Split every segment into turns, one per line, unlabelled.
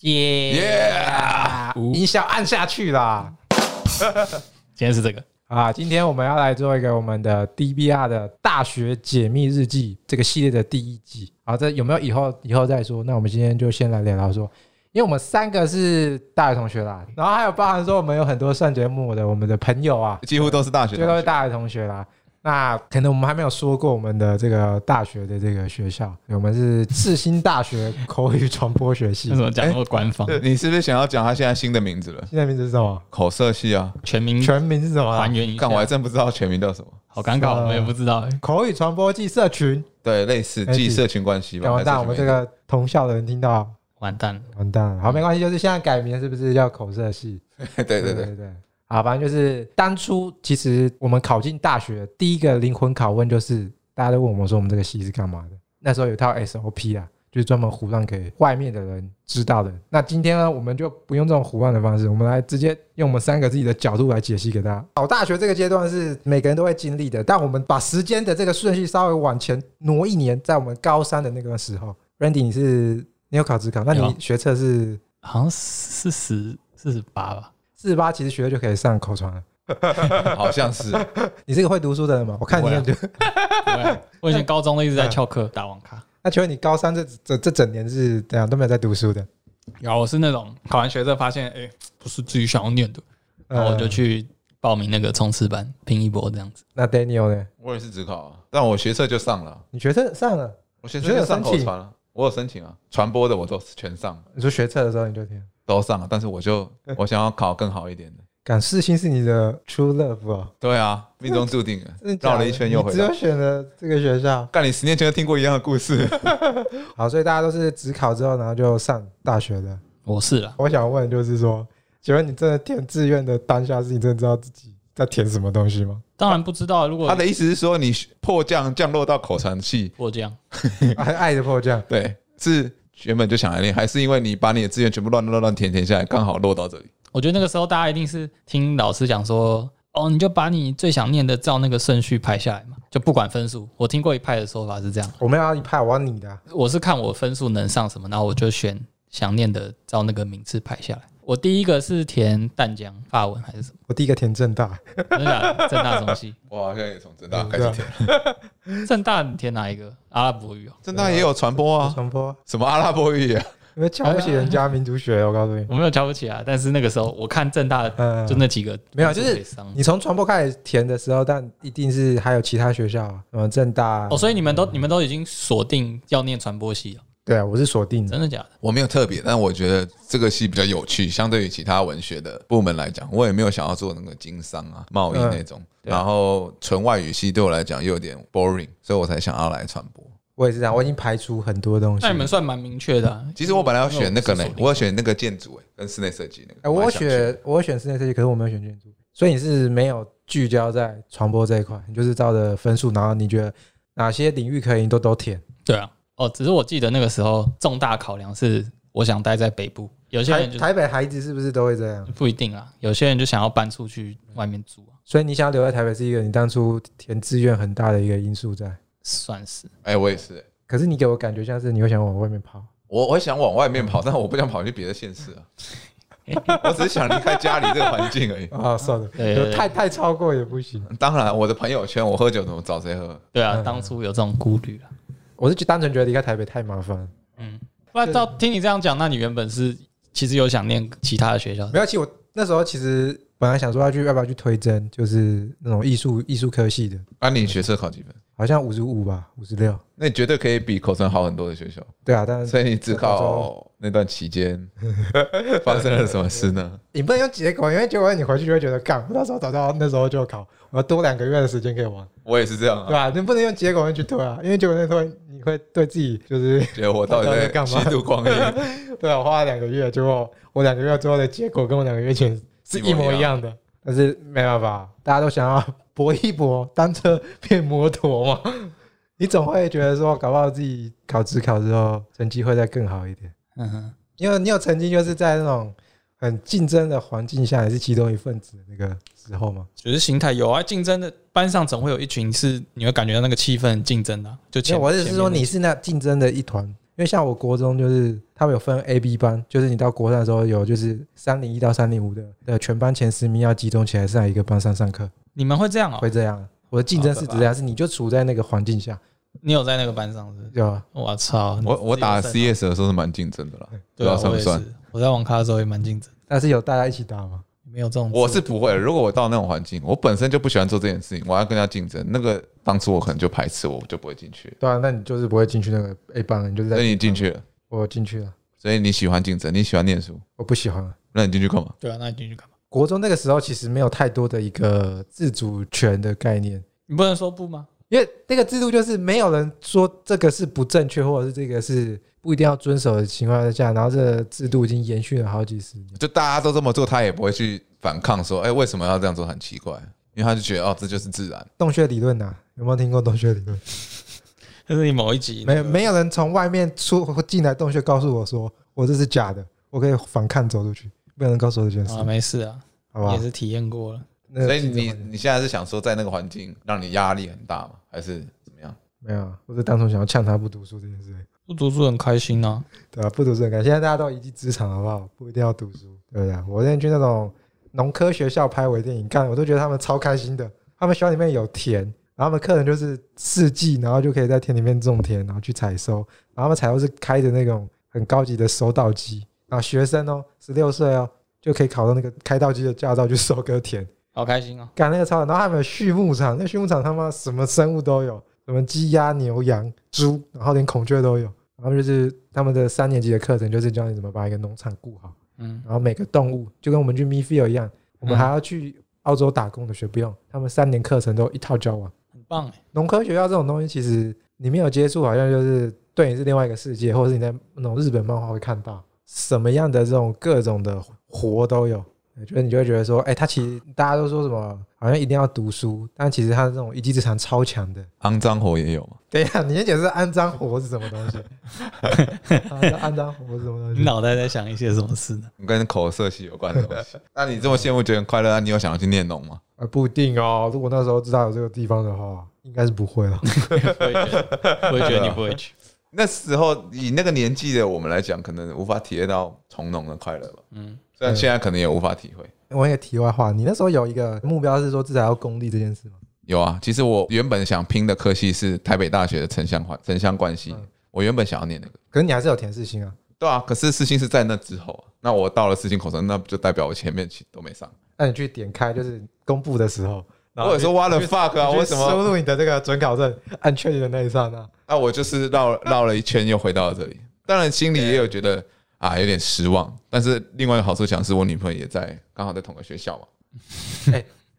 耶
耶！
音效按下去啦。
今天是这个，
啊，今天我们要来做一个我们的 DBR 的大学解密日记这个系列的第一集。好，这有没有以后以后再说？那我们今天就先来聊聊说，因为我们三个是大学同学啦，然后还有包含说我们有很多上节目的我们的朋友啊，
几乎都是大学
就都
同
是
学。
大学同学啦。那可能我们还没有说过我们的这个大学的这个学校，我们是世新大学口语传播学系
为什，么讲那么官方？
对你是不是想要讲他现在新的名字了？
现在名字是什么？
口色系啊，
全民
全名是什么啊
还？原一下
干，我，还真不知道全名叫什么。
好尴尬，我们也不知道欸。
口语传播暨社群。
对，类似
哎
即
是
社群关系吧。
完蛋，
还
我
是
们
什
这
么嗯
个同校的人听到
完蛋了，
完蛋了，好，没关系，就是现在改名是不是叫口色系？
对对对，
对对，好，反正就是当初其实我们考进大学第一个灵魂拷问就是大家都问我们说我们这个系是干嘛的，那时候有套 SOP 啊，就是专门胡乱给外面的人知道的。那今天呢，我们就不用这种胡乱的方式，我们来直接用我们三个自己的角度来解析给大家。考大学这个阶段是每个人都会经历的，但我们把时间的这个顺序稍微往前挪一年，在我们高三的那个时候，Randy 你是你有考职考，那
有
你学测是
好像四十四十八吧，
四十八，其实学测就可以上口传了。
好像是。
你是一个会读书的人吗？我看你也
啊
不
就。
对 哎我以前高中一直在翘课打网咖，
那请问你高三这这这整年是怎样都没有在读书的？
然后我是那种考完学之后发现，哎，不是自己想要念的，然
哦
后我就
呃。
去报名那个冲刺班拼一波这样子。
那 Daniel 呢？
我也是只考啊，但我学测就上了，
你学测上了？
我学测就上口
你有申请
传了，我有申请啊，传播的我都全上了
你说学测的时候你就听，
都上了，但是 我就我想要考更好一点的。
感世新是你的 true love 哦，
对啊，命中注定
真的
的，
假的
绕了一圈又回
你只
来
有。选了这个学校。
干，你十年前就听过一样的 故事，
好，所以大家都是只考之后，然后就上大学的。
我是啦，
我想问就是说，请问你真的填志愿的当下是你真的知道自己在填什么东西 吗？
当然不知道，如
他
果
的意思是说你迫降降落到口传系，
我这样，
爱爱的迫降，
对，是原本就想来练，还是因为你把你的资源全部乱乱乱填填下来，刚好落到这里？
我觉得那个时候大家一定是听老师讲说，哦，你就把你最想念的照那个顺序排下来嘛，就不管分数。我听过一派的说法是这样，
我们要一派，我要你的啊、
我是看我分数能上什么，然后我就选想念的，照那个名次排下来。我第一个是填淡江法文还是什么？
我第一个填正大，
真的假的正大东西，
我好像也从正大开
对
始
啊
填，
正大你填哪一个？阿拉伯语哦，
正大也有传播啊，
传播，
什么阿拉伯语啊，
你们瞧不起人
哎
家民族学，我告诉你。
我没有瞧不起啊，但是那个时候我看正大 的
嗯，
就那几个
没有就是
最伤
你从传播开始填的时候，但一定是还有其他学校，啊，什么正大啊
哦，所以你们都你们都已经锁定要念传播系了，
对啊，我是锁定的。
真的假的？
我没有特别，但我觉得这个系比较有趣，相对于其他文学的部门来讲，我也没有想要做那个经商啊、贸易那种，
对啊
然后纯外语系对我来讲又有点 boring，所以我才想要来传播。
我也是这样，我已经排除很多东西
那。你们算蛮明确的啊、
其实我本来要选那个
因为
呢
我是，锁定
我要选那个建筑诶、跟室内设计那个。
哎，我
本
有
来想去
选我有选室内设计，可是我没有选建筑，所以你是没有聚焦在传播这一块，你就是照着分数，然后你觉得哪些领域可以，你都都填。
对啊，哦，只是我记得那个时候重大考量是我想待在北部，有些
台
人就
台北孩子是不是都会这样？
不一定啊，有些人就想要搬出去外面住啊，
所以你想要留在台北是一个你当初填志愿很大的一个因素在。
算是
哎、我也是、欸，
可是你给我感觉像是你会想往外面跑，
我我想往外面跑，但我不想跑去别的县市啊，我只是想离开家里这个环境而已。
啊，算了，
对对对
太太超过也不行。
当然，我的朋友圈，我喝酒怎么找谁喝？
对啊，
嗯
当初有这种顾虑啊，
我是单纯觉得离开台北太麻烦。
嗯，不然照听你这样讲，那你原本是其实有想念其他的学校，
没有，其实我那时候其实本来想说要去要不要去推甄，就是那种艺术艺术科系的，
啊，你学测考几分？
好像五十五吧，五十六。
那你绝对可以比口传好很多的学校，
对啊，但是
所以你只考那段期间 发生了什么事呢？
你不能用结果，因为结果你回去就会觉得，干，我到时候早知道那时候就考，我要多两个月的时间可以玩，
我也是这样
对
啊，
吧、你不能用结果论去推啊，因为结果论推你会对自己就是
觉得我到底
我到底在
在
干
吸
嘛
毒光 阴？
对啊，我花了两个月，结果我两个月之后的结果跟我两个月前是一模一样的。但是没办法，大家都想要搏一搏，单车变摩托嘛。 你总会觉得说，搞不好自己考职考之后成绩会再更好一点，
嗯哼，
因为你有曾经就是在那种很竞争的环境下，也是其中一份子的那个时候嘛。
觉得心态有啊，竞争的班上总会有一群是你会感觉到那个气氛很竞争的啊、就
因为
前
我是说，
前面
你是那竞争的一团，因为像我国中就是他们有分 A、B 班，就是你到国三的时候有就是三零一到三零五的的全班前十名要集中起来在一个班上上课，
你们会这样哦、
会这样。我的竞争是指
好可怕
这样，是你就处在那个环境下，
你有在那个班上是不是？
对吧？
我操！
我我打
自己有胜
CS 的时候是蛮竞争的
嗯
啦，不
对啊
知道
我
算不
也
算。
是。我在网咖的时候也蛮竞争，
但是有大家一起打嘛，
没有这种。
我是不会，如果我到那种环境，我本身就不喜欢做这件事情，我要跟他竞争，那个当初我可能就排斥，我就不会进去。
对啊，那你就是不会进去那个 A 班了，你就是在
所以你进去了，
我进去了，
所以你喜欢竞争，你喜欢念书，
我不喜欢了。
那你进去干嘛？
对啊，那你进去干嘛？
国中那个时候其实没有太多的一个自主权的概念，
你不能说不吗？
因为那个制度就是没有人说这个是不正确，或者是这个是不一定要遵守的情况下，然后这个制度已经延续了好几十年。
就大家都这么做，他也不会去反抗，说，哎、为什么要这样做，很奇怪，因为他就觉得，哦，这就是自然。
洞穴理论呐、啊有没有听过洞穴理论？
就是你某一集
没
那
有，
个
没有人从外面出进来洞穴告诉我说我这是假的，我可以反抗走出去，没有人告诉我这件事，
啊，没事啊，
好不好
也？是体验过了。
那个
所以
竞争
你
环境
你现在是想说，在那个环境让你压力很大吗？还是怎么样？
没有啊，我是单纯想要呛他不读书这件事情，
不读书很开心啊，
对吧、不读书很感，现在大家都一技之长，好不好？不一定要读书，对不对？我之前去那种农科学校拍微电影，看我都觉得他们超开心的。他们学校里面有田，然后他们客人就是四季，然后就可以在田里面种田，然后去采收，然后他们采收是开着那种很高级的手稻机，然后学生哦，十六岁哦，就可以考到那个开稻机的驾照去收割田，
好开心啊！
干那个超好。然后他们有畜牧场，那畜牧场他妈什么生物都有，什么鸡、鸭、牛、羊、猪，然后连孔雀都有。然后就是他们的三年级的课程，就是教你怎么把一个农场顾好。
嗯，
然后每个动物就跟我们去 m i f i l 一样，我们
嗯
还要去澳洲打工的学不用，他们三年课程都一套教完。
很棒哎。
农科学校这种东西，其实你没有接触，好像就是对你是另外一个世界，或者是你在那种日本漫画会看到什么样的这种各种的活都有。我觉得你就会觉得说，哎、他其实大家都说什么，好像一定要读书，但其实他这种一技之长超强的。
肮脏活也有吗？
对呀、你先解释肮脏活是什么 东西？啊肮脏活是什么东
你
西？
脑袋在想一些什么事 呢？
跟口色系有关的东 西。那你这么羡慕觉得很快乐，那你有想要去念农吗？
啊，不一定哦。如果那时候知道有这个地方的话，应该是不会了。
我也觉得，我也觉得你不会去。
那时候以那个年纪的我们来讲，可能无法体验到从农的快乐吧。
嗯，
虽然现在可能也无法体会。
问一个题外话，你那时候有一个目标是说至少要公立这件事吗？
有啊，其实我原本想拼的科系是台北大学的城乡环城乡关系
嗯，
我原本想要念那个。
可是你还是有填四星啊。
对啊，可是四星是在那之后啊，那我到了四星口城，那不就代表我前面其都没上？
那你去点开就是公布的时候，然后
我有
你
说 what the fuck 啊，
你去
为什
输
么？
入你的这个准考证，按确定的那一刹那，
那啊我就是绕绕了一圈又回到了这里。当然心里也有觉得啊有点失望，但是另外一个好处想是我女朋友也在，刚好在同个学校嘛。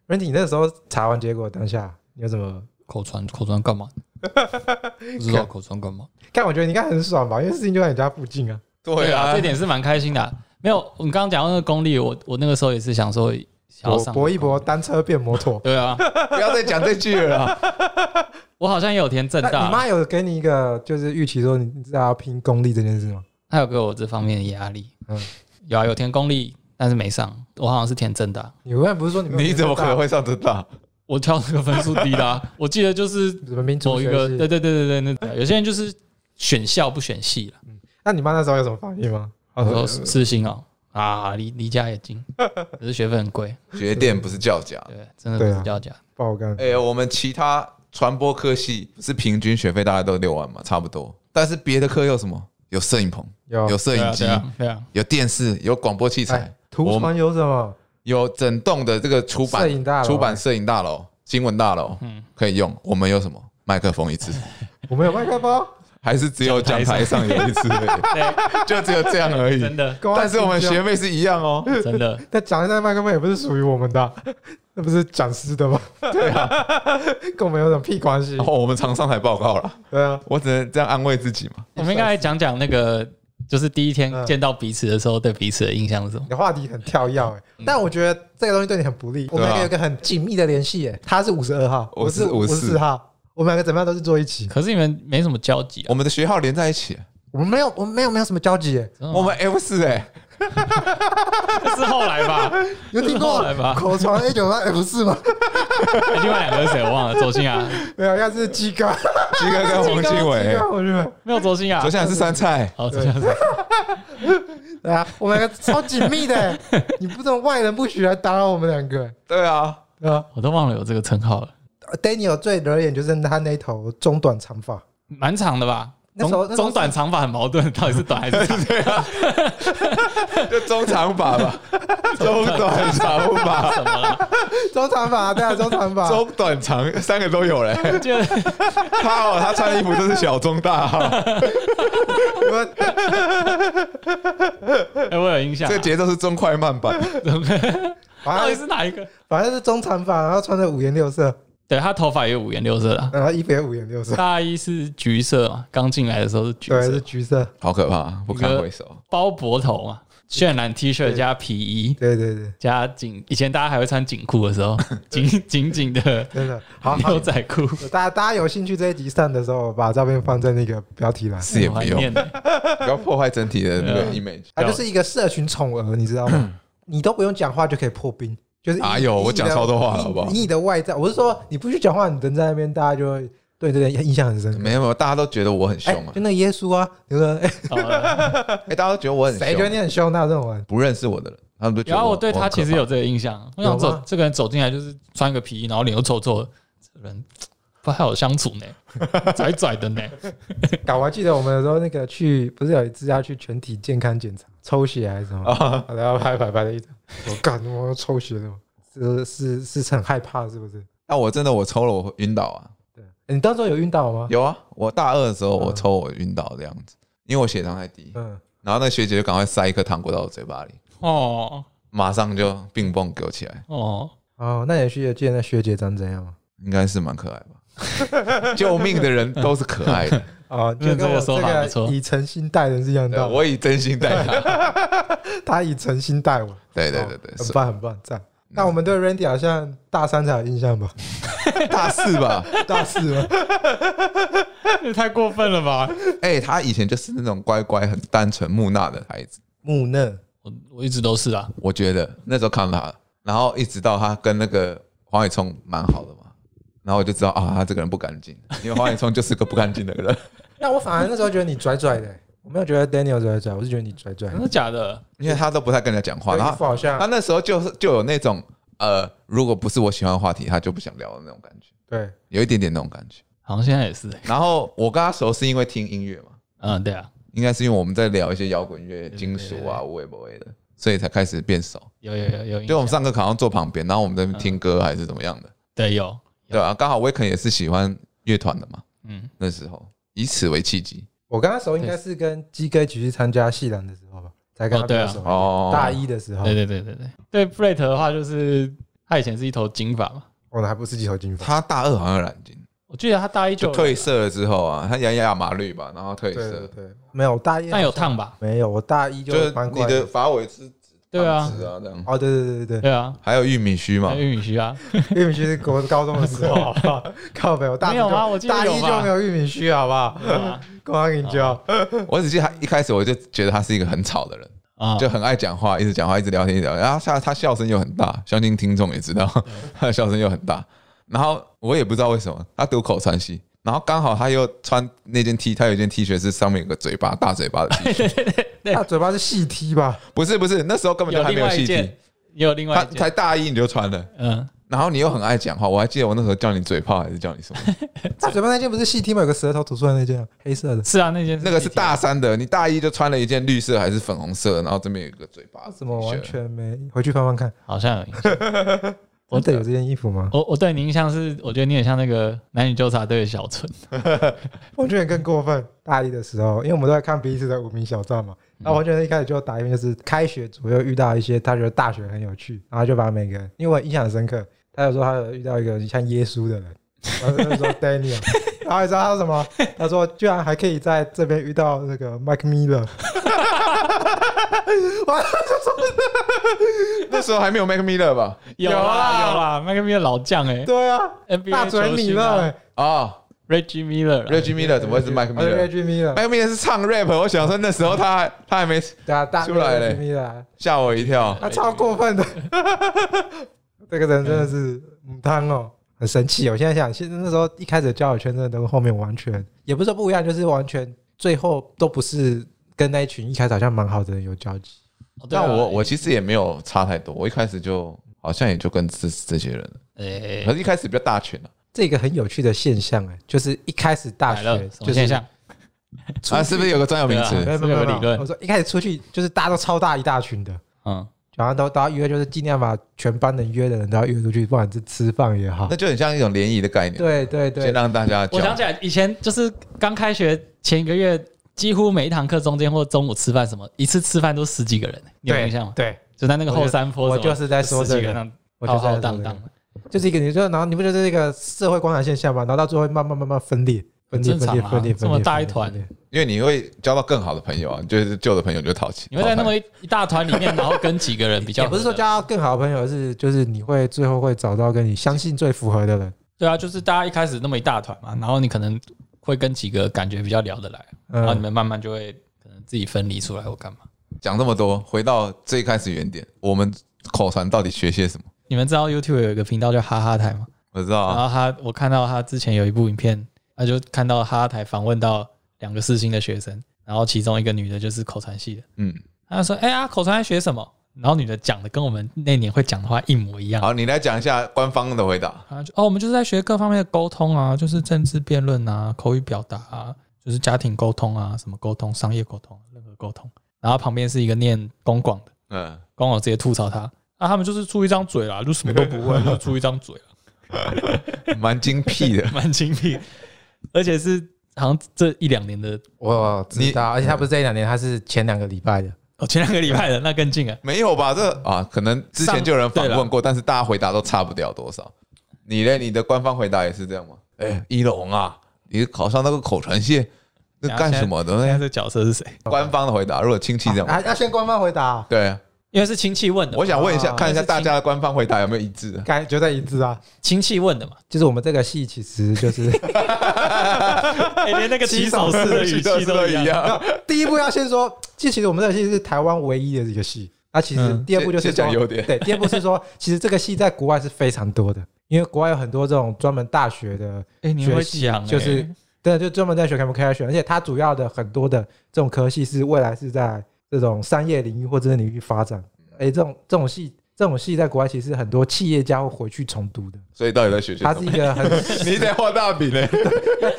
而且你那时候查完结果当下，你有什么？
口传口传干嘛？不知 道口传干嘛？
看，我觉得你应该很爽吧，因为事情就在你家附近啊。
对啊，
这点是蛮开心的啊、没有，我们刚刚讲到那个功力，我我那个时候也是想说想要
搏
上
搏一搏，单车变摩 托。
对啊，
不要再讲这句 了啦。
我好像也有填正
那你
大，
妈有给你一个就是预期说你你至少要拼功力这件事吗？
她有给我这方面的压力。
嗯
嗯，有啊，有填功力，但是没上。我好像是填正大，
你永远不是说你没有
你怎么可能
大
会上得到？
我挑这个分数低的啊、我记得就是
什么民族
某一
学
个，
系
对对对对对，那对啊有些人就是选校不选系了。
那你妈那时候有什么反应吗？
啊
我说四星哦，啊，离离家也近， 可是学费很贵，
学电不是教甲。
对，真的
对啊
比较假。
爆肝！
哎、我们其他传播科系不是平均学费大概都六万嘛，差不多。但是别的科有什么？有摄影棚，
有
有摄
对
影
啊，
机
对，啊，对啊，
有电视，有广播器材
哎，，图传有什么？
有整栋的这个出
摄
版、
影大楼
出版，摄影大楼、新闻大楼
嗯，
可以用。我们有什么？麦克风一支，
我们有麦克风，
还是只有讲台上有一支 而
对，
已，就只有这样而已。
真 的，
但是我们
啊
学妹是一样哦，
真的，
那讲一下麦克风也不是属于我们的啊、那不是讲师 的吗？
对啊。
跟我们有什么屁关系
然？后哦我们常上台报告了，
对啊，
我只能这样安慰自己嘛。
我们应该来讲讲那个，就是第一天
嗯
见到彼此的时候对彼此的印象是什么
你？的话题很跳跃哎、但我觉得这个东西对你很不利。我们两个有一个很紧密的联系哎，他是五十二号，
我是
是五
54
四号，我们两个怎么样都是坐一起，
可是你们没什么交集啊
我，们的学号连在一起，
我们没有，我们没有没有什么交集哎。
真的吗
我们 F 四哎、
啊 是后来吧？
有听
后
过
来吧
口传 A 九八 F 哎四吗？
另外两个是谁我忘了，左 心啊，
没有，要是鸡哥，
鸡哥跟黄庆
鸡
伟，
哥我去买。
没有左心啊
昨，天还是三菜，
好，左心啊，
对啊，我们两个超紧密的，欸你不能外人不许来打扰我们两个，
对啊，
对吧
我都忘了有这个称号了，
？Daniel 最惹眼就是他那头中短长发，
蛮长的吧？
那
中
时候那时候
中短长发很矛盾，到底是短还是 长？
就中长发吧，中短长发，
什么了？
中长发，对啊，中长发，
中短长三个都有嘞。
就
他哦，他穿衣服都是小中 大号，
哎，我有印象啊
这，节奏是中快慢版。
反
到底
正
是哪一个？
反正是中长发，然后穿的五颜六色，
对他头发也有五颜六色的，啊
然后衣服也五颜六 色，
大一是橘色嘛，刚进来的时候是橘
啊对，
色
是，橘色，
好可怕，不堪回首。
包脖头嘛，渲染 T 恤加皮衣
对对对，
加紧，以前大家还会穿紧裤的时候，紧紧紧的
真的 好。好
牛仔裤，
大家大家有兴趣这一集上的时候，我把照片放在那个标题栏。啊
是也不
怀
用，
念的。
不要破坏整体的那个
对啊
image。
它就是一个社群宠儿，你知道吗？你都不用讲话就可以破冰，就是以
哎呦
以你的
我讲超多话了好不好
以以你的外在，我是说你不去讲话，你人在那边，大家就会对这个印象很深刻。
没有没有，大家都觉得我很
哎
凶啊
就！那个耶稣啊，你说哎，
哦
哎，大家都觉得我很
谁觉得
凶，
你很凶？那这种人，
不认识我的人，他们都觉
然
得
后我
我
对他其实有这个印象，我想
有
走
吗
这个人走进来就是穿个皮衣，然后脸又臭臭的，这人不太好相处呢，拽拽的呢。
搞我还记得我们有时候那个去，不是有一次要去全体健康检查，抽血还是什么，
啊，
然后拍拍拍了一张，我干，我要抽血了吗？是是是是很害怕是不是？
那啊我真的我抽了我晕倒啊！
对，你当时候有晕倒吗？
有啊，我大二的时候
嗯
我抽我晕倒这样子，因为我血糖太低，
嗯，
然后那学姐就赶快塞一颗糖果到我嘴巴里，
哦
马上就病蹦给我起来，
哦，
哦，那你学姐记得那学姐长怎样吗？
应该是蛮可爱吧？ 救命的人都是可爱的，
哦，就
嗯
跟
这
我
个说法不
这
错
个以诚心待人是一样
对
的道理，
我以真心待他。
他以诚心待我。 哦
对对对对，
很
是嗯
棒很棒，赞。那我们对 Randy 好像大三才有印象吧？
大四吧？
大四吗？
这太过分了吧！
哎、他以前就是那种乖乖、很单纯、木讷的孩子，
木讷，
我我一直都是啊，
我觉得那时候看到他，然后一直到他跟那个黄伟聪蛮好的嘛，然后我就知道啊，他这个人不干净，因为黄伟聪就是个不干净的人。
那我反而那时候觉得你拽拽的、欸我没有觉得 Daniel 拽拽，我是觉得你拽拽
真
嗯
的。
的假的？
因为他都不太跟人家讲话，
对
然
衣服
后
好
他
像
那时候就是就有那种呃，如果不是我喜欢的话题，他就不想聊的那种感觉，
对，
有一点点那种感觉。
好像现在也是欸。
然后我跟他熟是因为听音乐嘛，
嗯，对啊，
应该是因为我们在聊一些摇滚乐、
对
金属啊、无为不为的，所以才开始变熟。
有有有有印
就我们
象，
上课好像坐旁边，然后我们在那边听歌还是怎么样的，
对有，
对吧、刚好威肯也是喜欢乐团的嘛，
嗯，
那时候以此为契机
我刚刚熟应该是跟鸡哥一起去参加戏篮的时候吧，才跟他
哦对啊
比较熟。
哦，
大一的时候
对，对对对对。对 Brett 的话，就是他以前是一头金发嘛，
我们还不是鸡头金发，
他大二好像有染金，
我记得他大一
就
就
褪，色了之后啊，他染亚麻绿吧，然后褪
对对
色，
对，没有我大一
但有烫吧？
没有，我大一
就是
蛮
你
怪
的发尾是
对啊
直，啊这样，
哦，对对对对
对啊，
还有玉米须嘛
还有，玉米须啊，
对，玉米须是我高中的时 候，好不好？靠北，我大一
没有啊
就
吗？我记得
大一就没
有啊
有玉米须，好不好？
吧？
公安研究。
哦
我只记得他一开始我就觉得他是一个很吵的人，
啊，
就很爱讲话，一直讲话，一直聊天，一直聊天。然后他他笑声又很大，相信听众也知道他的 笑声又很大。然后我也不知道为什么他读口传系，然后刚好他又穿那件 T，他有一件 T 恤是上面有个嘴巴大嘴巴的 T 恤，
他嘴巴是细 T 吧？
不是不是，那时候根本就
有
还没
另
有
外
戏
一
体
件，，也有另外
他
一件，
才大一你就穿了，
嗯，
然后你又很爱讲话，我还记得我那时候叫你嘴炮还是叫 你什么，
他嘴巴那件不是细 T 吗？有个舌头吐出来那件啊黑色的，
是啊，那件
那个是
立体的
大三的，你大一就穿了一件绿色还是粉红色，然后这边有一个嘴巴，
怎么完全没？回去翻翻看，
好像有印象。我
真的有这件衣服吗？
我我对你印象是，我觉得你很像那个男女纠察队的小纯，
王俊远更过分。大一的时候，因为我们都在看彼此的无名小站嘛，然后王俊远一开始就打一篇，就是开学左右遇到一些他觉得大学很有趣，然后就把每个人，因为我印象很深刻，他就说他有遇到一个像耶稣的人，然后他就说 Daniel，然后你知道他说什么？他说居然还可以在这边遇到那个 Mike Miller，
那时候还没有 Make Me Love 吧？
有啊
有啦，麦克米的老将哎
对 啊，
，NBA
大嘴米
球星啊
勒、欸
啊
，Reggie Miller 啊啦
，Reggie Miller 怎么会是 Mike Miller？
Reggie Miller，
麦克米勒是唱 rap，我想说那时候他还他还没
对啊，大
出来嘞
米了，
啊
吓我一跳，
他超过分的。这个人真的是母汤哦，很神奇哦。我现在想，其实那时候一开始交友圈真的跟后面完全也不是说不一样，就是完全最后都不是跟那一群一开始好像蛮好的人有交集。
哦对啊
但我我其实也没有差太多，我一开始就好像也就跟这这些人了，
诶
可是一开始比较大群啊，
这个很有趣的现象哎，就是一开始大
来了
学
什
就
么
是
现象？
啊，是不是有个专有名
对啊
词？
没有没有
这
没
个
有
理论
我说一开始出去就是大家都超大一大群的，
嗯，
然后都大家约就是尽量把全班能约的人都要约出去，不管是吃饭也好
那。就很像一种联谊的概念，
对对对
先，让大家
我想
讲
起来以前就是刚开学前一个月，几乎每一堂课中间或中午吃饭什么，一次吃饭都十几个人，你有
对
印象吗？
对，
就在那个后山坡
我
什么，
就我就是在说
十几
这
个
个
人
我
浩
就
浩
是
荡荡，
就是一个你说，然后你不觉得这个社会观察现象吗？然后到最后慢慢慢慢分裂，分裂
很正
分
常
裂
啊
分裂，
这么
分裂
大
分
一
裂
团
分裂
因为你会交到更好的朋友啊，就是旧的朋友就淘气。
你会在那
淘汰
么一一大团里面，然后跟几个人比 较
也
合
不
的，
是说交到更好的朋友，而是就是你会最后会找到跟你相信最符合的人。
对啊，就是大家一开始那么一大团嘛，然后你可能会跟几个感觉比较聊得来，然后
嗯，
你们慢慢就会可能自己分离出来或干嘛。
讲这么多，回到最开始原点，我们口传到底学些什么？
你们知道 YouTube 有一个频道叫哈哈台吗？
我知道
然
啊，
后他我看到他之前有一部影片，他就看到哈哈台访问到两个四星的学生，然后其中一个女的就是口传系的，
嗯，
他就说：“哎、呀，口传在学什么？”然后女的讲的跟我们那年会讲的话一模一样。
好，你来讲一下官方的回答。
啊，就哦，我们就是在学各方面的沟通啊，就是政治辩论啊，口语表达啊，就是家庭沟通啊，什么沟通、商业沟通，啊任何沟通。然后旁边是一个念公广的，
嗯，
公广直接吐槽他，啊，他们就是出一张嘴啦，就什么都不会，就出一张嘴啦，。
蛮精辟 的
蛮精辟，而且是好像这一两年的，
我
你
知道，而且他不是这一两年，他是前两个礼拜的。
哦，前两个礼拜 的那更近啊，
没有吧？这啊，可能之前就有人访问过，但是大家回答都差不掉多少。你嘞，你的官方回答也是这样吗？哎，一龙啊，你考上那个口传系，那干什么的
现在
呢？
这角色是谁？
官方的回答，如果亲戚这样
啊，
问，
要先官方回答，
对啊，
因为是亲戚问的嘛，
我想问一下，
啊
看一下大家的官方回答有没有一致啊？
感觉得一致 啊。
亲戚问的嘛，
就是我们这个戏其实就是
哎连那个起手式的语
起手
气
式
都
都
一
一
样。
样。
第一步要先说，其实其实我们这个戏是台湾唯一的一个戏。那其实
嗯
第二步就是
先先
说
讲优点
对，第二步是说，其实这个戏在国外是非常多的，因为国外有很多这种专门大学的
哎，你会
学欸习
讲，
就是
哎
对，就专门在学 chemical reaction，而且它主要的很多的这种科系是未来是在这种商业领域或者是领域发展。诶，这种这种系这种系在国外其实很多企业家会回去重读的，
所以到底在学些
它
什
是
么
一？个很
你得画大饼嘞。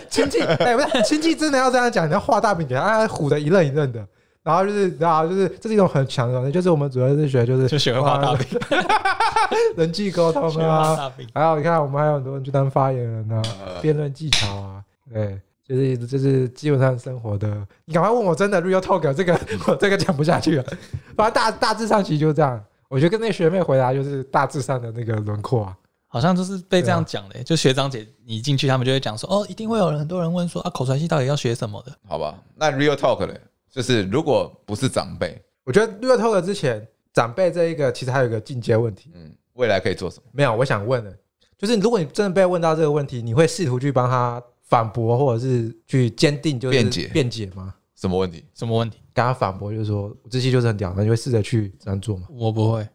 亲戚，哎、不是亲戚，真的要这样讲，你要画大饼给他，他唬的一愣一愣的。然后就是，然后就是，这是一种很强的能力，就是我们主要是学就是
就学会画大饼，
人际沟通
学会画
啊，
大饼。
还有你看我们还有很多人去当发言人啊，
呃
辩论技巧啊，对，就是就是基本上生活的。你赶快问我真的 real talk 这 个我这个讲不下去了，反正大大致上其实就这样。我觉得跟那学妹回答就是大致上的那个轮廓啊，
好像就是被这样讲的、就学长姐你进去，他们就会讲说，哦，一定会有人很多人问说啊，口传系到底要学什么的？
好吧，那 real talk 嘞，就是如果不是长辈，
我觉得 real talk 之前长辈这一个其实还有一个进阶问题，
嗯，未来可以做什么？
没有，我想问的，就是如果你真的被问到这个问题，你会试图去帮他反驳，或者是去坚定，就是
辩解
辩解吗？
什么问题？
什么问题？
跟他反驳，就是说这些就是很屌，那你会试着去这样做吗？
我不会，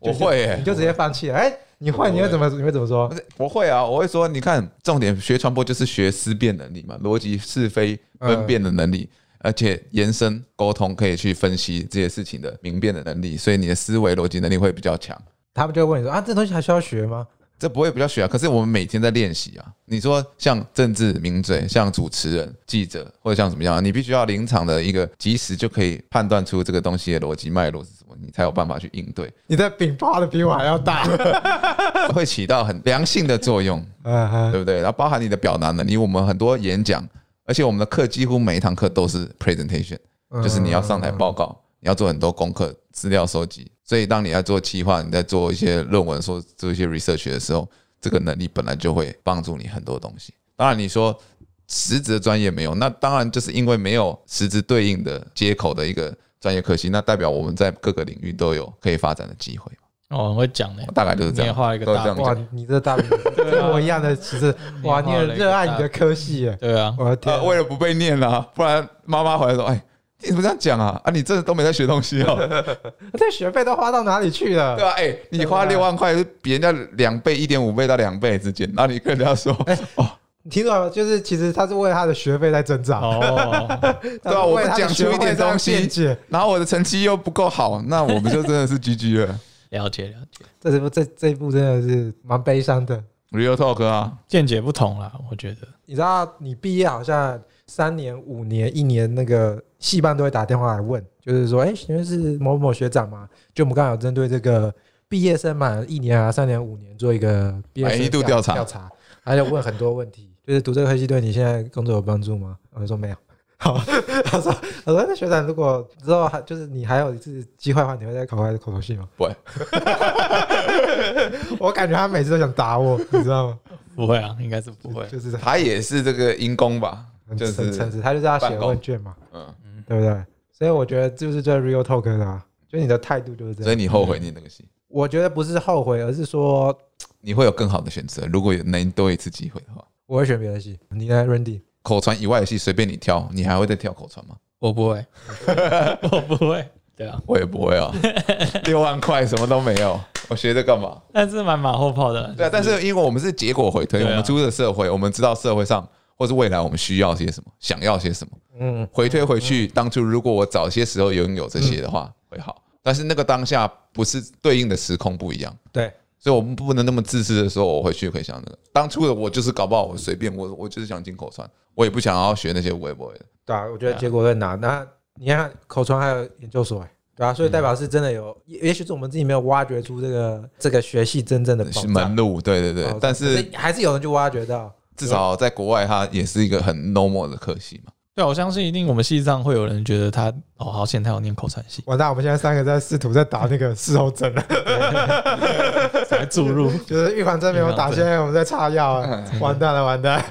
我会、欸
你，就直接放弃了？哎，你
我
会，
不会
你会怎么，你会怎么说
不？是我会啊，我会说，你看，重点学传播就是学思辨能力嘛，逻辑是非分辨的能力，而且延伸沟通可以去分析这些事情的明辨的能力，所以你的思维逻辑能力会比较强。
他们就会问你说啊，这东西还需要学吗？
这不会比较学啊，可是我们每天在练习啊。你说像政治名嘴、像主持人、记者或者像怎么样，你必须要临场的一个及时就可以判断出这个东西的逻辑脉络是什么，你才有办法去应对，
你的饼画的比我还要大，
会起到很良性的作用。
嗯嗯
对不对？然后包含你的表达能力，我们很多演讲，而且我们的课几乎每一堂课都是 presentation，
嗯
就是你要上台报告，你要做很多功课、资料收集。所以当你在做企划，你在做一些论文、说做一些 research 的时候，这个能力本来就会帮助你很多东西。当然，你说实质的专业没有，那当然就是因为没有实质对应的接口的一个专业科系，那代表我们在各个领域都有可以发展的机会。
哦，很会讲的、
大概就是这
你也
样，
画了一个
都是
大
这样
嗯哇
讲。，
你这大饼
啊
跟我一样的，其实哇，你
你也画了
很
一个
热爱你的科系耶！
对啊，
我
呃
的天
啊呃，，为了不被念啦、不然妈妈回来说，哎，你怎么这样讲啊？啊，你真的都没在学东西 哦，
这学费都花到哪里去了？
对吧、啊？哎、你花六万块是比人家两倍、一点五倍到两倍之间，然后你跟人家 说，哦，
你听懂了吗？就是其实他是为他的学费在增长，
哦，
他
对
是
啊
为
我
他的
讲
学
出一点
费在
东西
辩解
然后我的成绩又不够好，那我们就真的是 GG 了。
了解了解，
这部这这一部真的是蛮悲伤的。
Real Talk 啊，
见解不同啦，我觉得
你知道，你毕业好像三年、五年、一年，那个系办都会打电话来问，就是说，哎、请问是某某学长吗？就我们刚好有针对这个毕业生满一年啊、三年、五年做一个毕业生
满意度调查
调查，还有问很多问题，就是读这个科系对你现在工作有帮助吗？我就说没有。好， 他说，我说那学长，如果之后还就是你还有一次机会的话，你会再考回来口头系吗？
不会。
我感觉他每次都想打我，你知道吗？
不会啊，应该是不会。
就是
他也是这个因公吧，
很
就
很诚
是
实，他就是要写
办公
问卷嘛。
嗯，
对不对？所以我觉得就是这 real talk 的、啊，就你的态度就是这
所以
样。
你后悔念那个戏，
我觉得不是后悔，而是说
你会有更好的选择。如果有能多一次机会的话，
我会选别的戏。你呢，Randy？
口传以外的戏随便你挑，你还会再挑口传吗？
我不会，我不会，对啊，
我也不会啊，六万块什么都没有，我学这干嘛？
但是蛮马后炮的啦。
对啊，但是因为我们是结果回推，
对啊
我们出了社会，我们知道社会上或是未来我们需要些什么，想要些什么，
嗯，嗯
回推回去，当初如果我早些时候拥有这些的话，会好。但是那个当下不是对应的时空不一样，
对，
所以我们不能那么自私的说，我回去可以想那个。当初的我就是搞不好我随便，我我就是想进口传，我也不想要学那些微博的。
对啊，我觉得结果更难。那你看口传还有研究所、哎，对啊，所以
嗯
代表是真的有，也也许是我们自己没有挖掘出这个这个学系真正的宝
是
藏
门路，对对
宝
对
藏，
但
可
是
还是有人就挖掘到。，
至少在国外，它也是一个很 normal 的科系嘛。
对啊，我相信一定我们系上会有人觉得他哦，好险他有念口传系
完蛋，我们现在三个在试图在打那个事后针了，
才注 入。
就是预防针没有打，
预防针嗯
现在我们在擦药、啊，完蛋了，完蛋，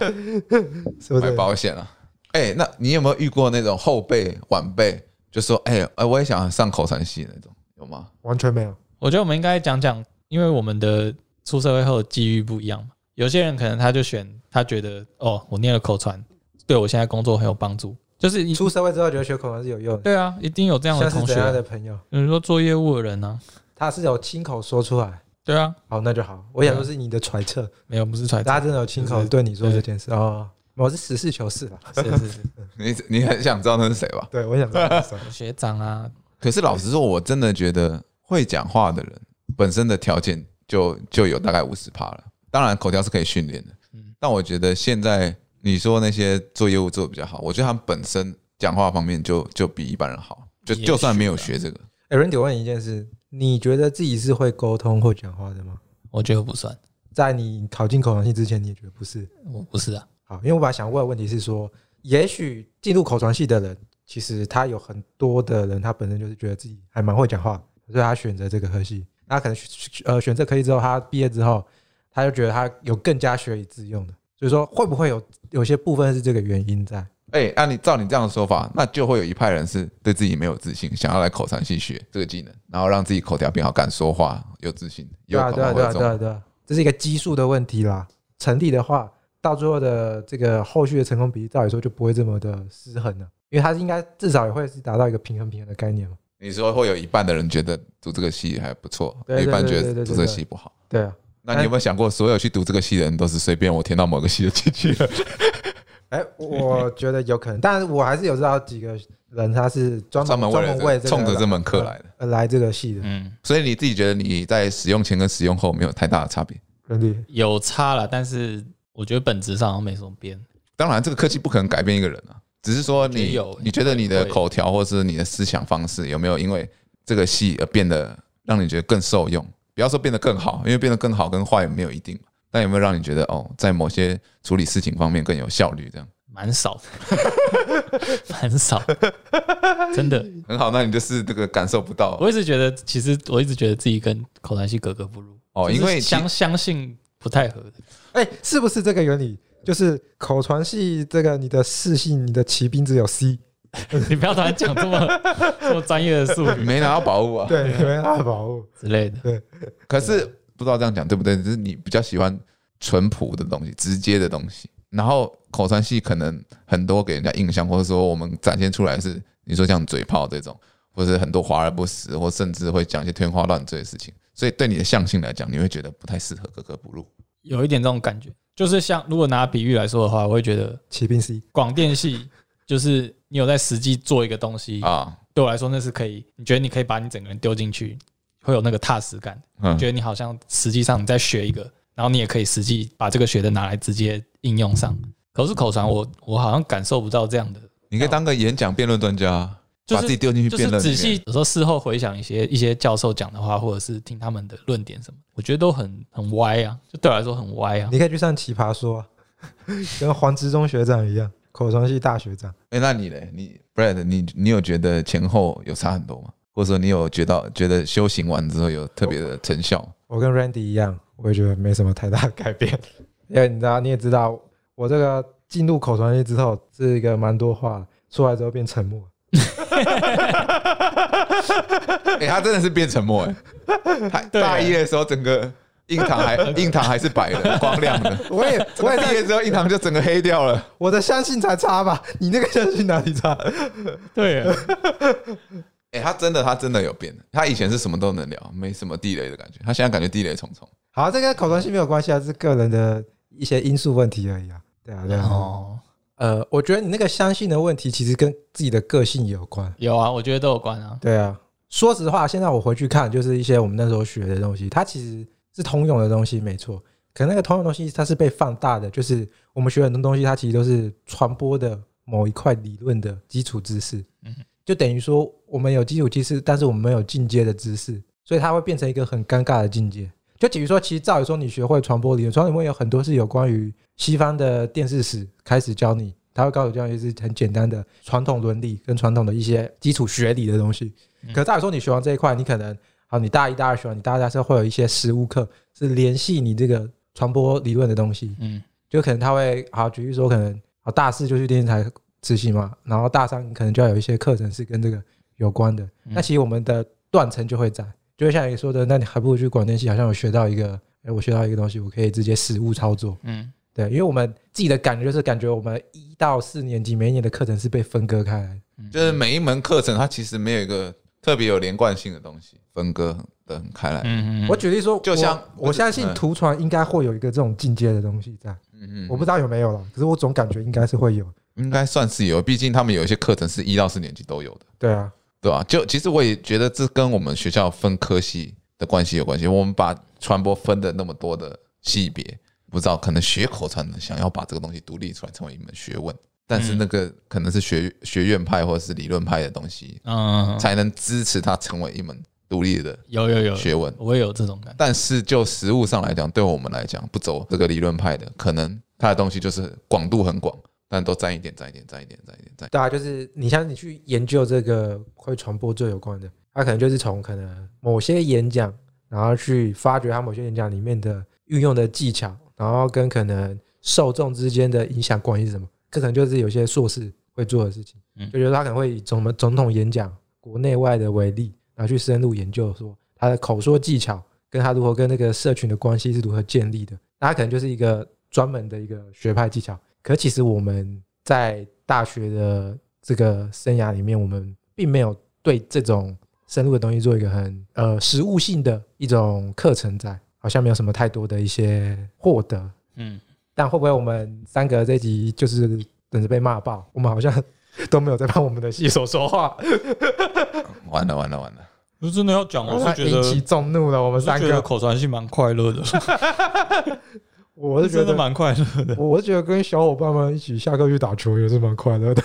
是不
买
是？
保险啊。哎、那你有没有遇过那种后辈晚辈就说，哎、哎、我也想上口传系那种，有吗？
完全没有。
我觉得我们应该讲讲，因为我们的出社会后的机遇不一样嘛。有些人可能他就选，他觉得哦，我念了口传，对我现在工作很有帮助，就是一
出社会之后觉得学口传是有用的。
对啊，一定有这样的
像是
同
怎样
学，
的朋友？
比如说做业务的人呢、
他是有亲口说出来，
对啊，
好，那就好。我想说是你的揣测，
没有不是揣测，
啊大家真的有亲口对你说这件事哦。我是实事求是啦，
是是是，
你你很想知道那是谁吧？
对我想这样说
学长啊，
可是老实说，我真的觉得会讲话的人本身的条件就就有大概五十趴了。当然，口条是可以训练的，
嗯
但我觉得现在你说那些做业务做的比较好，我觉得他们本身讲话方面就就比一般人好，就
也许
就算没有
吧
学这个，
哎，Randy，我问你一件事，你觉得自己是会沟通会讲话的吗？
我觉得不算，
在你考进口传系之前，你也觉得不是？
我不是啊，
好，因为我本来想问的问题是说，也许进入口传系的人，其实他有很多的人，他本身就是觉得自己还蛮会讲话，所以他选择这个科系。那他可能选呃选这科系之后，他毕业之后，他就觉得他有更加学以致用的，所以说会不会有有些部分是这个原因在？
哎、按你照你这样的说法，那就会有一派人是对自己没有自信，想要来口传系学这个技能，然后让自己口条变好，敢说话，有自信，有
对啊
可
对啊
能会
对
有
啊
这
对啊
种。
对啊，这是一个基数的问题啦。成立的话，到最后的这个后续的成功比例，照理说就不会这么的失衡了，因为它应该至少也会是达到一个平衡平衡的概念嘛。
你说会有一半的人觉得读这个系还不错，
对
有一半
对对
觉
对对
得
对
读这个
对
系不好。
对啊，
那你有没有想过，所有去读这个系的人都是随便我填到某个系就进去了？
哎，我觉得有可能，但是我还是有知道几个人他是专门
专门为
专为
了这
个
冲着这门课来的。
呃来这个系的。
嗯，
所以你自己觉得你在使用前跟使用后没有太大的差别？
兄弟，
有差了，但是我觉得本质上好像没什么变，
当然，这个科技不可能改变一个人啊，只是说
我觉得
你
有欸
你觉得你的
会
口条或是你的思想方式有没有因为这个系而变得让你觉得更受用？不要说变得更好，因为变得更好跟坏没有一定嘛。但有没有让你觉得哦，在某些处理事情方面更有效率？这样
蛮少的，蛮少，真的，
很好，那你就是这个感受不到
我一直觉得，其实我一直觉得自己跟口传系格格不入
哦，因
就是
为其
相相信不太合的，
哎，是不是这个原理？就是口传系这个你的视系，你的骑兵只有 C，
你不要突然讲这么 这么专业的术 语
没拿到宝物啊。
对，没有它的保护。
之类的。
可是
啊
不知道这样讲对不对，就是你比较喜欢淳朴的东西、直接的东西。然后口传戏可能很多给人家印象，或者说我们展现出来是你说像嘴炮这种，或是很多华而不实，或甚至会讲一些天花乱坠的事情，所以对你的相性来讲，你会觉得不太适合格格不入。
有一点这种感觉。就是像如果拿比喻来说的话，我会觉得
骑兵 C
广电系就是你有在实际做一个东西，
啊，
对我来说那是可以，你觉得你可以把你整个人丢进去，会有那个踏实感，
嗯
觉得你好像实际上你在学一个，然后你也可以实际把这个学的拿来直接应用上。可是口传我我好像感受不到这样的，
你可以当个演讲辩论专家啊，
就是
把自己丢进去
就
辩
是
论里
仔
面。
细有时候事后回想一些一些教授讲的话，或者是听他们的论点什么，我觉得都很很歪啊，就对我来说很歪啊。
你可以去上奇葩说、啊， 跟黄执中学长一样，口传系大学长。
哎、那你嘞？你 Brad，你你有觉得前后有差很多吗？或者说你有觉得觉得修行完之后有特别的成效？
我跟 Randy 一样，我也觉得没什么太大的改变， 因为你知道，你也知道，我这个进入口传系之后是一个蛮多话，出来之后变沉默。
哎、他真的是变沉默哎、他大一的时候整个印堂还印堂还是白的，光亮的。
我也我
我
也
也毕
在
业之后印堂就整个黑掉了。
我的相信才差吧，你那个相信哪里差？
对，
啊哎、他真的他真的有变，他以前是什么都能聊，没什么地雷的感觉，他现在感觉地雷重重。
好，这跟口传系没有关系啊，是个人的一些因素问题而已啊。对啊，对啊。
哦，
呃，我觉得你那个相信的问题，其实跟自己的个性也有关。
有啊，我觉得都有关啊。
对啊，说实话，现在我回去看，就是一些我们那时候学的东西，它其实是通用的东西，没错。可那个通用的东西，它是被放大的，就是我们学很多东西，它其实都是传播的某一块理论的基础知识。
嗯哼
就等于说我们有基础知识，但是我们没有进阶的知识，所以它会变成一个很尴尬的境界。就比如说，其实照理说，你学会传播理论，传播理论有很多是有关于西方的电视史开始教你，它会告诉教你是很简单的传统伦理跟传统的一些基础学理的东西。可是照理说，你学完这一块，你可能好，你大一、大二学完，你大二、大三会有一些实务课是联系你这个传播理论的东西，
嗯，
就可能他会好，举例说，可能好大四就去电视台实习嘛，然后大三你可能就要有一些课程是跟这个有关的。
嗯
那其实我们的断层就会在，就会像你说的，那你还不如去广电系，好像我学到一个，哎，我学到一个东西，我可以直接实务操作。
嗯，
对，因为我们自己的感觉就是感觉我们一到四年级每一年的课程是被分割开来的。
就是每一门课程它其实没有一个特别有连贯性的东西，分割的很开来。
嗯嗯，
我举例说，
就像
我我相信
嗯
图传应该会有一个这种进阶的东西在，
嗯嗯，
我不知道有没有了，可是我总感觉应该是会有。
应该算是有，毕竟他们有一些课程是一到四年级都有的，
对啊，
对吧、就其实我也觉得这跟我们学校分科系的关系有关系。我们把传播分的那么多的系别，不知道可能学口传的想要把这个东西独立出来成为一门学问，但是那个可能是学学院派或者是理论派的东西，
嗯，
才能支持它成为一门独立的
有有有，
学问。
我也有这种感觉。
但是就实物上来讲，对我们来讲，不走这个理论派的，可能它的东西就是广度很广，但都沾一点，沾一点，沾一点，沾一点，沾一点。
对啊，就是你像你去研究这个会传播最有关的，他可能就是从可能某些演讲，然后去发掘他某些演讲里面的运用的技巧，然后跟可能受众之间的影响关系是什么，这可能就是有些硕士会做的事情。
嗯
就觉得他可能会以总总统演讲国内外的为例，然后去深入研究说他的口说技巧跟他如何跟那个社群的关系是如何建立的。那他可能就是一个专门的一个学派技巧。可其实我们在大学的这个生涯里面，我们并没有对这种深入的东西做一个很呃实务性的一种课程在，好像没有什么太多的一些获得。
嗯，
但会不会我们三个这集就是等着被骂爆？我们好像 都 没有在帮我们的系所说话，
完了完了完了！
就真的要讲，我是觉
哎
引起
得，
众怒了。我
我
们
是
三
觉得
个，
口传系蛮快乐的，
我是觉
真的
得，
蛮快乐的。
我是觉得跟小伙伴们一起下课去打球也是蛮快乐 的。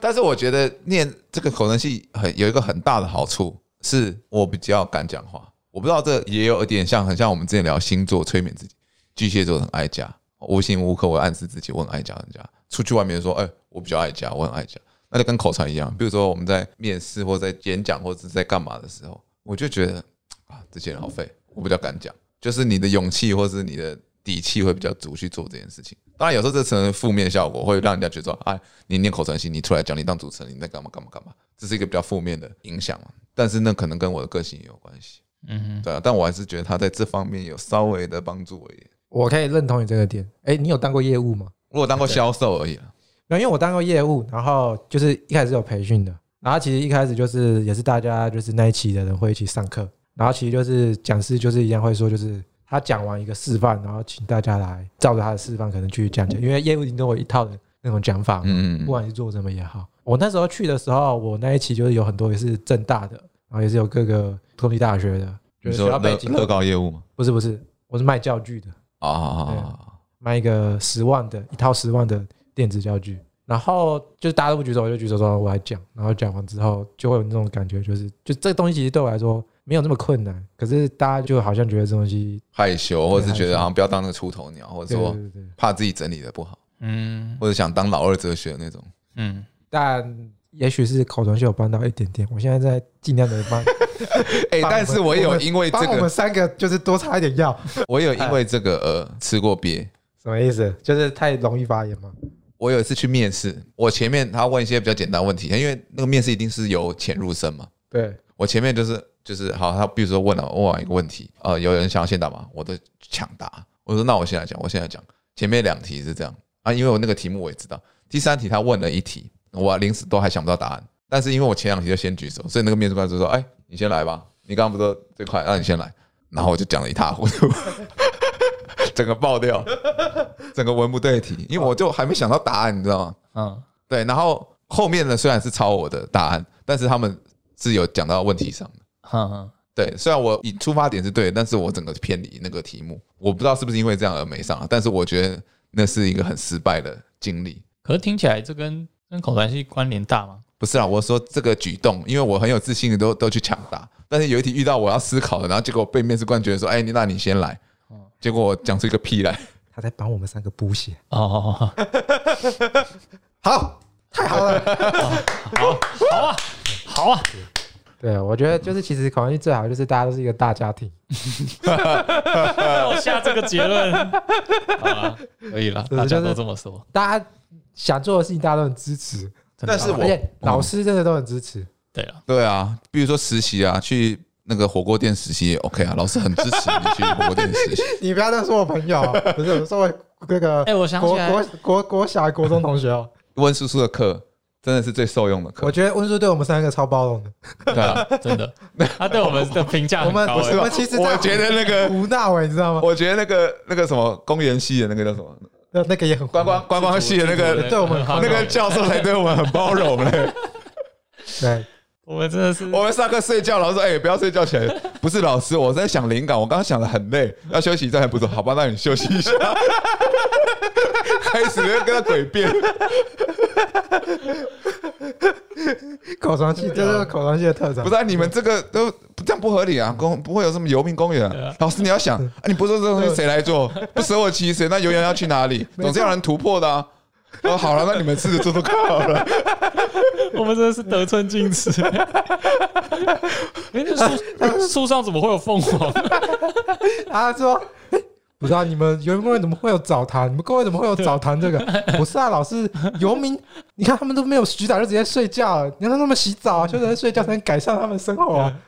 但是我觉得念这个口能系很有一个很大的好处，是我比较敢讲话。我不知道这也有一点像，很像我们之前聊星座催眠自己。巨蟹座很爱家，无形无刻我暗示自己我很爱家，很家。出去外面说，哎、我比较爱家，我很爱家，那就跟口传一样。比如说我们在面试或在演讲或者是在干嘛的时候，我就觉得啊，这些人好废，我比较敢讲，就是你的勇气或是你的底气会比较足去做这件事情。当然，有时候这成为负面效果，会让人家觉得说，哎，你念口传系，你出来讲，你当主持人，你在干嘛干嘛干嘛，这是一个比较负面的影响嘛。但是那可能跟我的个性也有关系，
嗯，
对啊。但我还是觉得他在这方面有稍微的帮助我一点。
我可以认同你这个点。哎，你有当过业务吗？
我有当过销售而已啦，啊
那因为我当过业务，然后就是一开始有培训的，然后其实一开始就是也是大家就是那一期的人会一起上课，然后其实就是讲师就是一样会说，就是他讲完一个示范，然后请大家来照着他的示范可能去讲解，因为业务营都有一套的那种讲法嘛，
嗯嗯
不管是做什么也好。我那时候去的时候，我那一期就是有很多也是正大的，然后也是有各个公立大学的，就
你
是学
说
校
乐
背景
乐高业务吗？
不是不是，我是卖教具的。
啊啊啊啊！
卖一个十万的一套十万的电子教具，然后就是大家都不举手，我就举手说我来讲，然后讲完之后就会有那种感觉，就是就这个东西其实对我来说没有那么困难，可是大家就好像觉得这东西，
害羞，或者是觉
害
得
羞
好像不要当那个出头鸟，或者
对
说
对对，
怕自己整理的不好，
嗯
或者想当老二哲学那种。
嗯，
但也许是口传秀有帮到一点点，我现在在尽量的帮，
哎，
帮我们
但是我也有因为这
帮我们
个，
三个就是多擦一点药，
我也有
哎
因为这个呃吃过鳖。
什么意思？就是太容易发言嘛。
我有一次去面试，我前面他问一些比较简单问题，因为那个面试一定是由浅入深嘛。
对，
我前面就是就是好，他比如说问了问完一个问题，呃，有人想要先答吗？我都抢答。我说那我先来讲，我先来讲。前面两题是这样啊，因为我那个题目我也知道。第三题他问了一题，我临时都还想不到答案，但是因为我前两题就先举手，所以那个面试官就说：“哎，你先来吧，你刚刚不是说最快，让你先来。”然后我就讲了一塌糊涂， 整个爆掉，整个文不对题，因为我就还没想到答案，你知道吗？
嗯，
对，然后后面的虽然是抄我的答案，但是他们是有讲到问题上的。
哼哼，
对，虽然我以出发点是对的，但是我整个偏离那个题目，我不知道是不是因为这样而没上啊，但是我觉得那是一个很失败的经历。
可是听起来这跟跟口传系关联大吗？
不是啦，啊我说这个举动，因为我很有自信的都都去抢答，但是有一题遇到我要思考的，然后结果被面试官觉得说，哎、你那你先来
嗯，
结果我讲出一个屁来，
他在帮我们三个补血，
哦哦，哦
好，太好 了。哦啊
好啊，
对，我觉得就是其实考完去最好就是大家都是一个大家庭，
那我下这个结论，好啊，可以了，
是
大家
就
都
是
这么说。
大家想做的事情大家都很支持，
真的
但是
好啊
而
我嗯
且老师真的都很支持。
对了，
对啊，比如说实习啊，去那个火锅店实习也 OK 啊，老师很支持你去火锅店 实习。
你不要再说我朋友，啊不是我说我那个
哎，我想起
国
来
国，国国小国中同学哦。
温叔叔的课真的是最受用的
我
课，
觉得温叔对我们三个超包容的，
对啊，
真的，他对我们的评价
我
很
们
高
我
欸。
们其实
我觉得那个
胡闹哎，你知道吗？
我觉得那个那个什么公园系的那个叫什么
那那个也很胡
观
闹
光观光系的那
自主
个
的
对我们
很
那
好
个教授才对我们很包容嘞。
对，
我们真的是
我们上课睡觉，老师说：“哎、不要睡觉前。”不是老师，我在想灵感，我刚刚想的很累，要休息一下还不错。好吧，那你休息一下。 开始跟他诡辩，
口传系这就是口传系的哦特长
不。是、啊、你们这个都这样不合理啊！公不会有什么游民公园、
对
啊
啊。
老师，你要想啊，你不做这东西谁来做？不舍我其谁？那游园要去哪里？总是要有人突破的啊！哦，好了，那你们试着做做看好了。
我们真的是得寸进尺。哎，那树树上怎么会有凤凰？
他说。哎 不知道、你们游民公园怎么会有澡堂？你们公园怎么会有澡堂？ 这个不是啊，老师，游民，你看他们都没有洗澡就直接睡觉了，你让他们洗澡啊，就是在睡觉才能改善他们生活啊。
嗯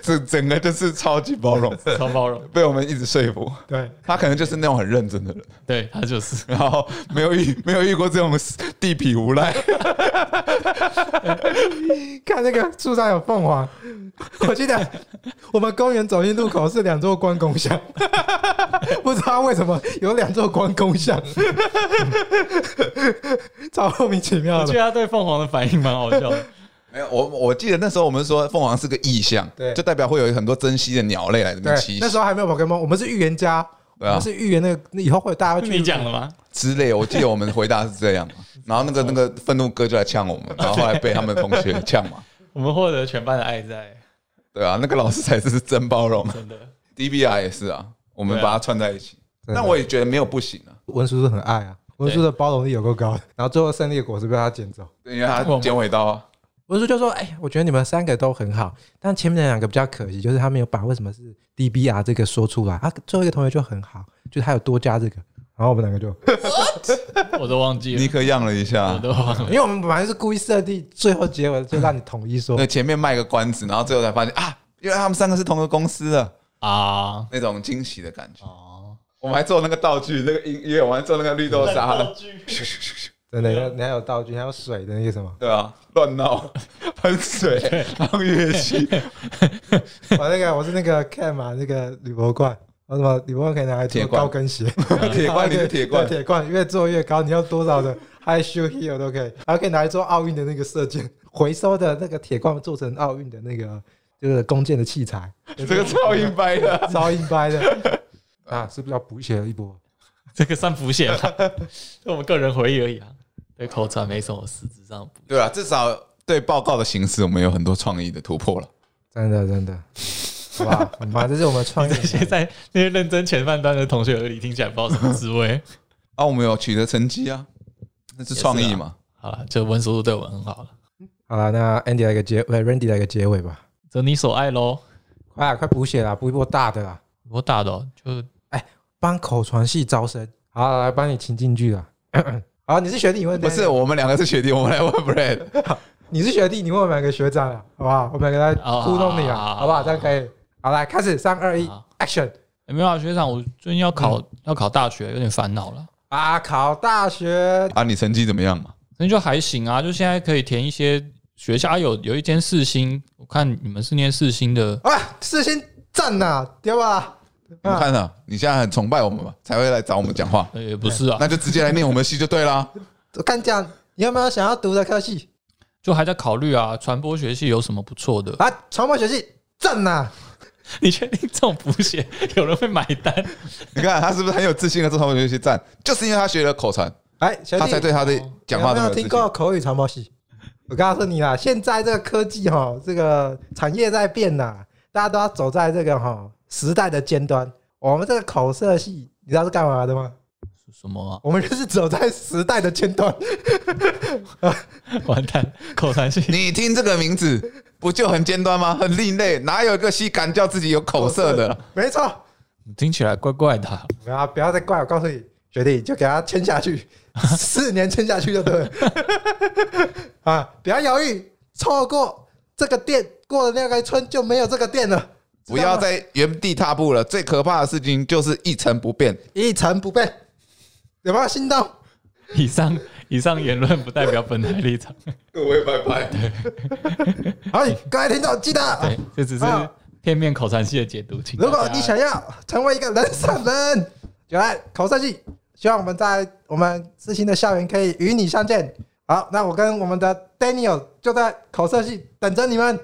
整整个就是超级包容，
超包容，
被我们一直说服。
对，
他可能就是那种很认真的人，
对他就是。
然后没有遇没有遇过这种地痞无赖。
看那个树上有凤 凰，我记得我们公园走进路口是两座关公像， 不知道为什么有两座关公像，超莫名其
我
妙的。
觉得他对凤凰的反应蛮好笑的。
没有，我我记得那时候我们说凤凰是个意象，
对
就代表会有很多珍稀的鸟类来这
对
边栖，息
那时候还没有宝可梦，我们是预言家，我
对啊
们是预言那个以后会大家会
是
去
你讲的吗？
之类。我记得我们回答是这 样嘛，然后那个那个愤怒哥就来呛我们，然后后来被他们同学呛嘛。
我们获得全班的爱在，
对啊，那个老师才是真包容
真的。
，DBR 也是啊，我们
对啊
把它串在一起。
真的
但我也觉得没有不行啊，
文叔是很爱啊，文叔的包容力有够高的，然后最后胜利的果实被他捡走。
因为他剪尾刀啊，
文叔就说：“哎、我觉得你们三个都很好，但前面的两个比较可惜，就是他没有把为什么是 DBR 这个说出来。啊，最后一个同学就很好，就是他有多加这个。然后我们 两个就，
我都忘记
尼
了，
克样了一
我
下，
都忘了。
因为我们本来是故意设定最后结尾就让你统一说
对，，前面卖个关子，然后最后才发现啊，原来他们三个是同个公司的。
啊
那种惊喜的感觉。
哦，
我们还做那个道具，那个音乐，我们还做那个绿豆沙的，，
真的，要你还有道具，还有水的那些什么
对啊，乱闹喷水，然后乐器，
我哦那个我是那个看嘛，那个铝箔罐，我什么铝箔罐可以拿来做
铁罐
高跟鞋，
铁罐你是铁罐
啊对，铁罐越做越高，你要多少的 high shoe heel 都可以，还可以拿来做奥运的那个射箭， 回收的那个铁罐做成奥运的那个就是弓箭的器 材，
这个超硬掰的。
超硬掰的 啊，是不是要补血了一波？
这个算补血吧，这我们个人回忆而已啊。对口传没什么实质上补，
对啊，至少对报告的形式，我们有很多创意的突破了。
真的真的， 好吧，很棒，这是我们创业的
现在那些认真前半段的同学耳里听起来不知道什么滋味。
啊，我们有取得成绩啊，那是创意嘛？
好了，就文叔叔对我们很好了，
好了，那 Andy 来个结，呃，Randy 来个结尾吧。
择你所爱喽。
快啊快补血啦，补一波大的啦，
我打的哦、就
帮口传系招生。好啦，来帮你请进去啦。 好，你是啊学弟，你问
不是，我们两个是学弟，我们来问 Brad。
你是学弟，你问我们两个学长啊，好不好？我们两个来
哦
互动你
好好
啊，
好
好不好？这样可以。好，来开始，三二一
好
，Action！
欸没有啊，学长，我最近要考、要考大学，有点烦恼了。
啊，考大学
啊，你成绩怎么样嘛？
那就还行啊，就现在可以填一些学校，啊、有有一间四星，我看你们是念四星的，
啊，四星赞呐，对吧？
你
啊
看啊，你现在很崇拜我们嘛，才会来找我们讲话，
呃，也不是啊，
那就直接来念我们系就对啦。
我看这样，你有没有想要读的科系
就还在考虑啊，传播学系有什么不错的？
啊？传播学系赞呐！
你确定这种补写有人会买单？
你看他是不是很有自信的做传播学习站？就是因为他学了口传，
哎，学
他
弟
才，对他的讲话
有没
这么
有
有自
听
信。
过口语传播系？我告诉你啦，现在这个科技哈，这个产业在变呐，大家都要走在这个哈时代的尖端。我们这个口社系，你知道是干嘛的吗？
什么、啊？
我们就是走在时代的尖端。
完蛋，口传系
你听这个名字不就很尖端吗？很另类，哪有一个系敢叫自己有口色的？
没错，
听起来怪怪的啊、
不要不要再怪我，告诉你，学弟就给他签下去，四年签下去就对了。 啊，不要犹豫，错过这个店，过了那个村就没有这个店了。
不要
知道吗
在原地踏步了。最可怕的事情就是一成不变。
一成不变，有没有心动？
以上 以上言论不代表本台立场，
各位拜拜。
好，各位听众记得
对，，这只是
啊
片面口传系的解读。请
如果
大家
你想要成为一个人上人，就来口设计。希望我们在我们知心的校园可以与你相见。好，那我跟我们的 Daniel 就在口设计等着你们。